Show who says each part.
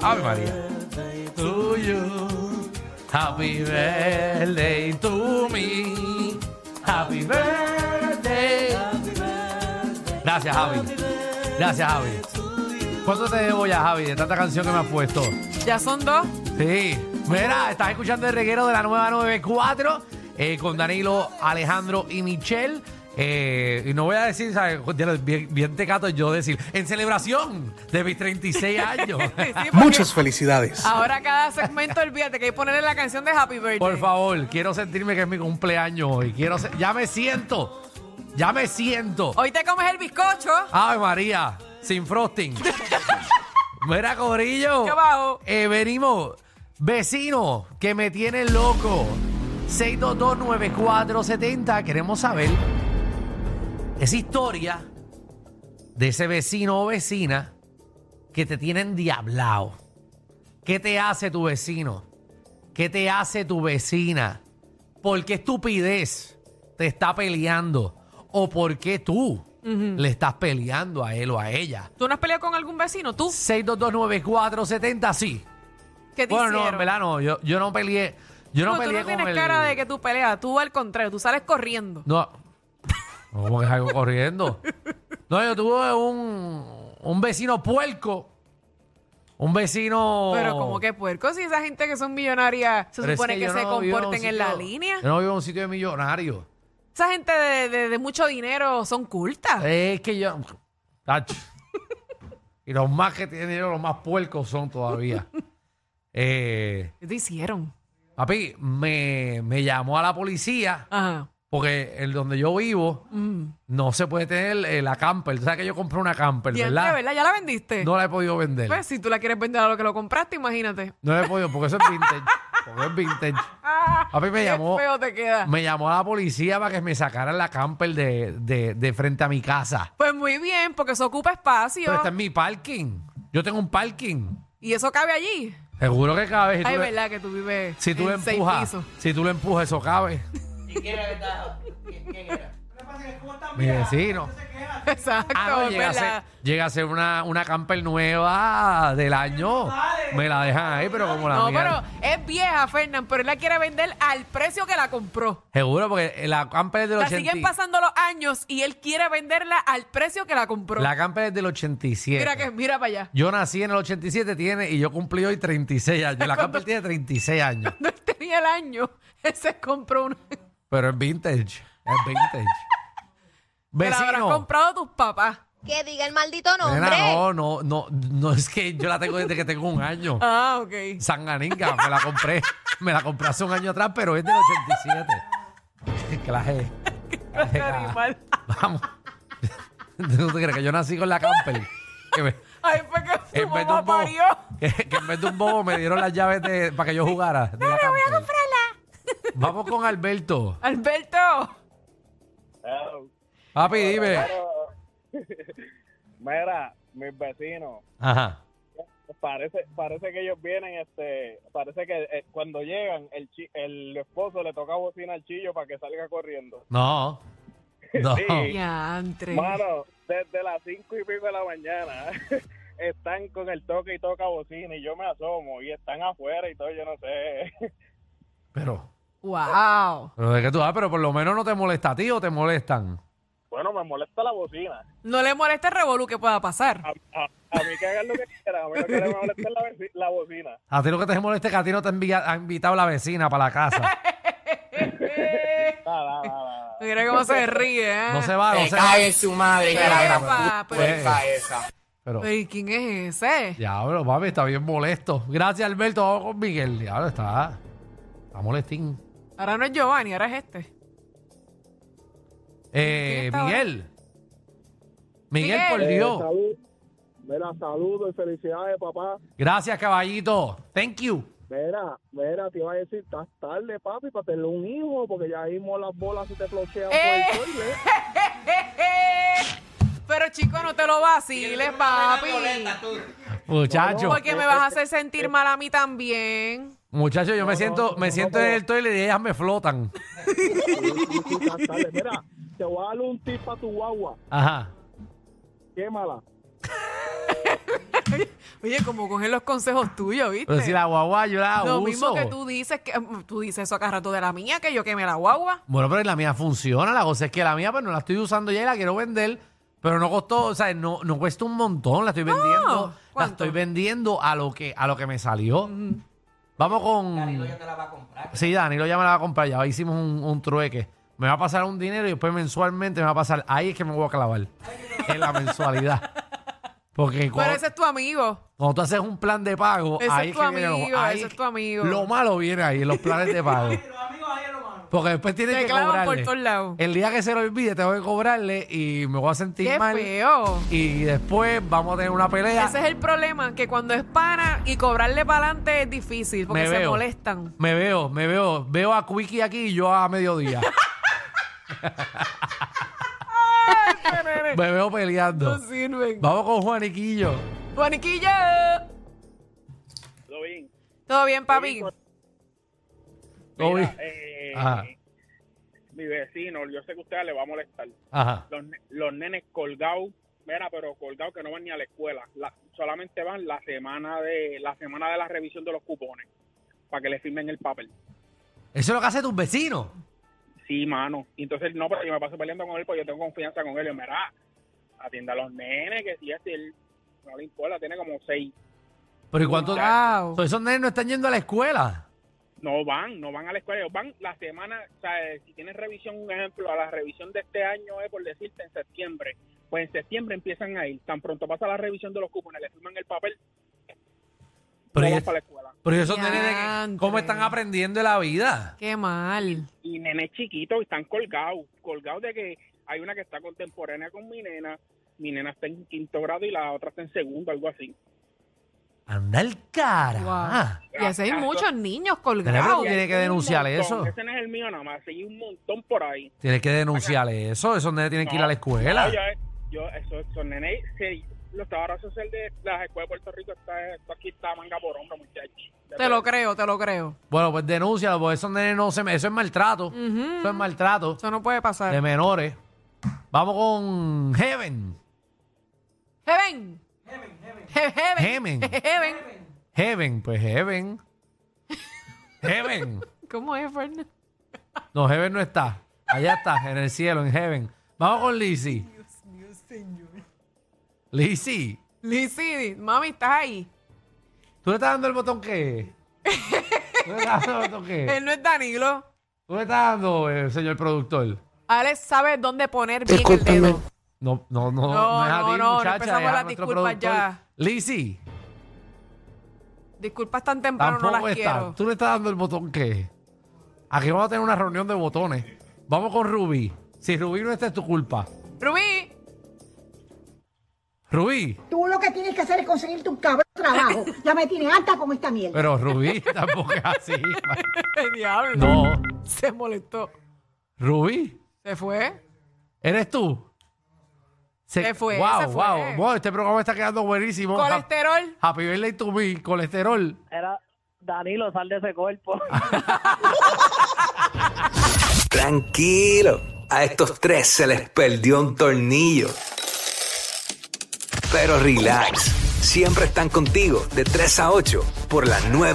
Speaker 1: Ave María.
Speaker 2: To you. Happy birthday to me. Happy birthday. Gracias, Javi. Gracias, Javi. ¿Cuánto te debo ya, Javi, de tanta canción que me has puesto?
Speaker 1: Ya son dos.
Speaker 2: Sí. Mira, estás escuchando el reguero de la nueva 94 eh, con Danilo, Alejandro y Michelle. Eh, y no voy a decir, ¿sabes? Ya lo- Bien, bien tecato yo decir, en celebración de mis 36 años.
Speaker 1: Sí, sí, porque
Speaker 3: Muchas felicidades.
Speaker 1: Ahora cada segmento, olvídate que hay que ponerle la canción de Happy Birthday.
Speaker 2: Por favor, quiero sentirme que es mi cumpleaños hoy. Quiero se- ya me siento. Ya me siento.
Speaker 1: Hoy te comes el bizcocho.
Speaker 2: Ave María, sin frosting. Mira, Corillo.
Speaker 1: ¿Qué bajo?
Speaker 2: Eh, venimos. Vecino, que me tiene loco. 6229470. Queremos saber esa historia de ese vecino o vecina que te tienen diablao. ¿Qué te hace tu vecino? ¿Qué te hace tu vecina? ¿Por qué estupidez te está peleando? ¿O por qué tú le estás peleando a él o a ella?
Speaker 1: ¿Tú no has peleado con algún vecino? ¿Tú?
Speaker 2: 6229470, sí.
Speaker 1: ¿Qué te
Speaker 2: Bueno, no,
Speaker 1: hicieron?
Speaker 2: en verdad no, yo, yo no peleé. Yo no,
Speaker 1: No, tú
Speaker 2: peleé
Speaker 1: no
Speaker 2: con
Speaker 1: tienes
Speaker 2: el-
Speaker 1: cara de que tú peleas. Tú al contrario, tú sales corriendo.
Speaker 2: No. No, ¿Cómo que salgo corriendo? No, yo tuve un, un vecino puerco. Un vecino.
Speaker 1: Pero como que puerco, si esa gente que son millonarias se
Speaker 2: Pero es
Speaker 1: supone que,
Speaker 2: yo
Speaker 1: se
Speaker 2: no vivo
Speaker 1: comporten en,
Speaker 2: un
Speaker 1: la
Speaker 2: sitio-
Speaker 1: línea.
Speaker 2: Yo no vivo en un sitio de millonarios.
Speaker 1: Esa gente de, de- de mucho dinero son cultas.
Speaker 2: Es que yo. Tacho. y los más que tienen dinero, los más puercos son todavía. Eh,
Speaker 1: ¿Qué te hicieron?
Speaker 2: papi, me, me llamó a la policía
Speaker 1: Ajá.
Speaker 2: porque el donde yo vivo
Speaker 1: Mm.
Speaker 2: no se puede tener eh, la camper. Tú sabes que yo compré una camper,
Speaker 1: Diantre,
Speaker 2: ¿verdad?
Speaker 1: ¿verdad? ¿Ya la vendiste?
Speaker 2: No la he podido vender.
Speaker 1: Pues si tú la quieres vender a lo que lo compraste, imagínate.
Speaker 2: No la he podido porque eso es vintage. porque es vintage.
Speaker 1: Ah,
Speaker 2: Papi me
Speaker 1: qué
Speaker 2: llamó.
Speaker 1: feo te queda.
Speaker 2: Me llamó a la policía para que me sacaran la camper de, de- de frente a mi casa.
Speaker 1: Pues muy bien, porque eso ocupa espacio.
Speaker 2: Pero está en mi parking. Yo tengo un parking.
Speaker 1: Y eso cabe allí.
Speaker 2: Seguro que cabe. Si tú
Speaker 1: Ay,
Speaker 2: le-
Speaker 1: verdad que tú vives
Speaker 2: Si tú
Speaker 1: en
Speaker 2: lo
Speaker 1: seis
Speaker 2: empujas,
Speaker 1: pisos.
Speaker 2: si tú lo empujas, eso cabe. Mi vecino.
Speaker 1: Exacto,
Speaker 2: Ah, no,
Speaker 1: es
Speaker 2: llega, a ser,
Speaker 1: verdad.
Speaker 2: llega a ser una, una camper nueva del año. Me la dejan ahí, pero como la
Speaker 1: No,
Speaker 2: mía-
Speaker 1: pero es vieja, Fernán, pero él la quiere vender al precio que la compró.
Speaker 2: Seguro, porque la camper es del
Speaker 1: La
Speaker 2: 80
Speaker 1: siguen pasando los años y él quiere venderla al precio que la compró.
Speaker 2: La camper es del 87.
Speaker 1: Mira que mira para allá.
Speaker 2: Yo nací en el 87 tiene, y yo cumplí hoy 36 años. La camper tiene 36 años.
Speaker 1: No él tenía el año. Él se compró una.
Speaker 2: Pero es vintage. Es vintage.
Speaker 1: Que la habrán
Speaker 2: Vecino.
Speaker 1: comprado tus papás.
Speaker 4: Que diga el maldito nombre.
Speaker 2: Nena, no, no, no, no es que yo la tengo desde que tengo un año.
Speaker 1: Ah, ok.
Speaker 2: Sanganinga, me la compré. Me la compré hace un año atrás, pero es del 87. Claje.
Speaker 1: de animal.
Speaker 2: Vamos. ¿Tú te crees que yo nací con la camper? Que me-
Speaker 1: Ay, fue que tu
Speaker 2: en vez de
Speaker 1: mamá
Speaker 2: un bobo,
Speaker 1: parió.
Speaker 2: que, que en vez de un bobo me dieron las llaves de- para que yo jugara. No, voy a comprarla. Vamos con Alberto.
Speaker 1: Alberto.
Speaker 2: Papi, dime.
Speaker 5: Pero, mira, mis vecinos,
Speaker 2: Ajá.
Speaker 5: parece, parece que ellos vienen, este, parece que eh, cuando llegan, el, chi- el esposo le toca bocina al chillo para que salga corriendo.
Speaker 2: No. No.
Speaker 5: Sí.
Speaker 1: Diantre.
Speaker 5: Mano, desde las cinco y pico de la mañana están con el toque y toca bocina y yo me asomo y están afuera y todo, yo no sé.
Speaker 2: Pero,
Speaker 1: Wow.
Speaker 2: pero de qué tú vas, pero por lo menos no te molesta a ti o te molestan.
Speaker 5: Bueno, me molesta la bocina.
Speaker 1: No le molesta el revolú que pueda pasar.
Speaker 5: A, a- a mí que hagan lo que quieran, a mí lo que me molesta es la, veci- la bocina.
Speaker 2: A ti lo que te molesta es que a ti no te envía- ha invitado la vecina para la casa.
Speaker 5: Nada, nada, nada.
Speaker 1: Mira cómo se ríe, ¿eh?
Speaker 2: No se va, no
Speaker 6: Me
Speaker 2: se
Speaker 6: cae
Speaker 2: va. Eh.
Speaker 6: en su madre,
Speaker 1: Pero,
Speaker 6: cara, la
Speaker 1: papá, pero-
Speaker 6: puerca esa.
Speaker 2: Pero,
Speaker 1: Pero, ¿y quién es ese?
Speaker 2: diablo, papi, está bien molesto. Gracias, Alberto. Vamos con Miguel. Diablo, está, está molestín.
Speaker 1: Ahora no es Giovanni, ahora es este. ¿Quién
Speaker 2: Eh,
Speaker 1: está ahora?
Speaker 2: Miguel. Miguel,
Speaker 1: Miguel.
Speaker 2: por
Speaker 1: Eh,
Speaker 2: Dios.
Speaker 5: Mira, saludos y felicidades, papá.
Speaker 2: Gracias, caballito. Thank you.
Speaker 5: Mira, mira, te iba a decir, estás tarde, papi, para tener un hijo, porque ya mismo las bolas se te flochean
Speaker 1: Eh.
Speaker 5: por el toile.
Speaker 1: Pero chico, no te lo vaciles, papi.
Speaker 2: Muchacho.
Speaker 1: Porque me vas a hacer sentir mal a mí también.
Speaker 2: Muchacho, yo me siento, me siento en el toilet y ellas me flotan.
Speaker 5: Estás tarde. Mira, te voy a dar un tip para tu guagua.
Speaker 2: Ajá.
Speaker 5: Quémala.
Speaker 1: Oye, oye, como cogen los consejos tuyos, ¿viste?
Speaker 2: Pero si la guagua yo la
Speaker 1: Lo
Speaker 2: uso.
Speaker 1: mismo que tú dices, que mm, tú dices eso acá rato de la mía, que yo quemé la guagua.
Speaker 2: Bueno, pero la mía funciona. La cosa es que la mía, pues no la estoy usando ya y la quiero vender. Pero no costó, o sea, no, no cuesta un montón. La estoy vendiendo. La
Speaker 1: ¿cuánto?
Speaker 2: estoy vendiendo a lo que, a lo que me salió. Vamos con. Danilo ya me la va a comprar. Sí, Danilo ya me la va a comprar. Ya hicimos un, un trueque. Me va a pasar un dinero y después mensualmente me va a pasar. Ahí es que me voy a clavar. en la mensualidad. Porque cuando,
Speaker 1: Pero ese es tu amigo.
Speaker 2: cuando tú haces un plan de pago,
Speaker 1: Ese
Speaker 2: ahí
Speaker 1: es
Speaker 2: que
Speaker 1: tu
Speaker 2: viene lo-
Speaker 1: amigo,
Speaker 2: ahí
Speaker 1: ese es tu amigo.
Speaker 2: Lo malo viene ahí, en los planes de pago. Porque después tienes
Speaker 1: Te
Speaker 2: que
Speaker 1: clavan por
Speaker 2: cobrarle.
Speaker 1: todos lados.
Speaker 2: El día que se lo olvide, tengo que cobrarle y me voy a sentir
Speaker 1: Qué
Speaker 2: mal.
Speaker 1: feo.
Speaker 2: Y después vamos a tener una pelea.
Speaker 1: Ese es el problema, que cuando es pana y cobrarle para adelante es difícil porque
Speaker 2: me
Speaker 1: se
Speaker 2: veo.
Speaker 1: molestan.
Speaker 2: Me veo, me veo. Veo a Quickie aquí y yo a mediodía. me veo peleando.
Speaker 1: No sirven.
Speaker 2: Vamos con Juaniquillo.
Speaker 1: Juaniquillo.
Speaker 5: Todo bien.
Speaker 1: ¿Todo bien, papi?
Speaker 2: Obi-
Speaker 5: Mira, eh,
Speaker 2: Ajá.
Speaker 5: mi vecino, yo sé que a usted le va a molestar.
Speaker 2: Ajá.
Speaker 5: Los, ne- los nenes colgados, mira, pero colgados que no van ni a la escuela. La- solamente van la semana de la semana de la revisión de los cupones para que le firmen el papel.
Speaker 2: Eso es lo que hace tus vecinos.
Speaker 5: Sí, mano. Y entonces, no, pero yo me paso peleando con él porque yo tengo confianza con él. Y yo, mira, atienda a los nenes, que si es él, no le importa, tiene como seis.
Speaker 2: Pero ¿y cuánto?
Speaker 1: Wow.
Speaker 2: So, Esos nenes no están yendo a la escuela.
Speaker 5: No van, no van a la escuela, ellos van la semana, o sea, eh, si tienes revisión, un ejemplo, a la revisión de este año es por decirte en septiembre, pues en septiembre empiezan a ir, tan pronto pasa la revisión de los cupones, le firman el papel,
Speaker 2: Pero,
Speaker 5: no
Speaker 2: y-
Speaker 5: van para la escuela.
Speaker 2: pero y esos nenes, de-
Speaker 1: Diantre.
Speaker 2: ¿cómo están aprendiendo de la vida?
Speaker 1: Qué mal.
Speaker 5: Y nenes chiquitos están colgados, colgados de que hay una que está contemporánea con mi nena, mi nena está en quinto grado y la otra está en segundo, algo así.
Speaker 2: Anda el cara.
Speaker 1: Wow. Y así hay
Speaker 5: Ah,
Speaker 1: muchos niños
Speaker 2: Tenemos
Speaker 1: colgados.
Speaker 2: que- tiene
Speaker 5: Hay un
Speaker 2: denunciarle
Speaker 5: montón,
Speaker 2: eso.
Speaker 5: Ese no es el mío nada más, hay un montón por ahí.
Speaker 2: Tienes que denunciarle eso. Esos nenes tienen que ir a la escuela.
Speaker 5: No, yo, yo- eso, esos nenes, se- los trabajadores sociales de las escuelas de Puerto Rico, está, esto aquí está manga por hombro, muchachos.
Speaker 1: Te lo creo, te lo creo.
Speaker 2: Bueno, pues denúncialo, porque esos nenes no se... me- Eso es maltrato.
Speaker 1: Ujú.
Speaker 2: Eso es maltrato
Speaker 1: Eso no puede pasar.
Speaker 2: de menores. Vamos con Heaven.
Speaker 1: Heaven. Heaven.
Speaker 2: Heaven.
Speaker 1: Heaven.
Speaker 2: Heaven, pues Heaven. Heaven.
Speaker 1: ¿Cómo es, Fernando?
Speaker 2: No, Heaven no está. Allá está, en el cielo, en Heaven. Vamos con Lizzie. Lizzie,
Speaker 1: Lizzy, mami, ¿estás ahí?
Speaker 2: ¿tú le estás dando el botón qué? ¿Tú le estás dando el botón qué?
Speaker 1: Él no es Danilo.
Speaker 2: ¿Tú le estás dando, eh, señor productor?
Speaker 1: Alex sabe dónde poner bien el dedo.
Speaker 2: No, no, no,
Speaker 1: No,
Speaker 2: no es a
Speaker 1: no,
Speaker 2: ti,
Speaker 1: no, no
Speaker 2: muchacha.
Speaker 1: empezamos
Speaker 2: es a
Speaker 1: las
Speaker 2: nuestro
Speaker 1: disculpas
Speaker 2: productor.
Speaker 1: ya.
Speaker 2: Lizzie,
Speaker 1: Disculpas tan temprano, no
Speaker 2: tampoco
Speaker 1: las
Speaker 2: está.
Speaker 1: quiero.
Speaker 2: ¿Tú le estás dando el botón qué? Aquí vamos a tener una reunión de botones. Vamos con Rubí. Si Rubí no está, es tu culpa.
Speaker 1: Rubí,
Speaker 2: Rubí,
Speaker 3: Tú lo que tienes que hacer es conseguirte un cabrón trabajo. Ya me tiene alta con esta mierda.
Speaker 2: pero Rubí tampoco es así.
Speaker 1: el diablo.
Speaker 2: No,
Speaker 1: Se molestó.
Speaker 2: Rubí,
Speaker 1: Se fue.
Speaker 2: ¿eres tú?
Speaker 1: Se fue,
Speaker 2: Wow,
Speaker 1: se fue. este
Speaker 2: wow. Wow, este programa está quedando buenísimo. Ah,
Speaker 1: Colesterol.
Speaker 2: Ha- Happy birthday to me, colesterol.
Speaker 4: Era Danilo, sal de ese cuerpo.
Speaker 6: Tranquilo, a estos tres se les perdió un tornillo. Pero relax, siempre están contigo de 3 a 8 por la 9.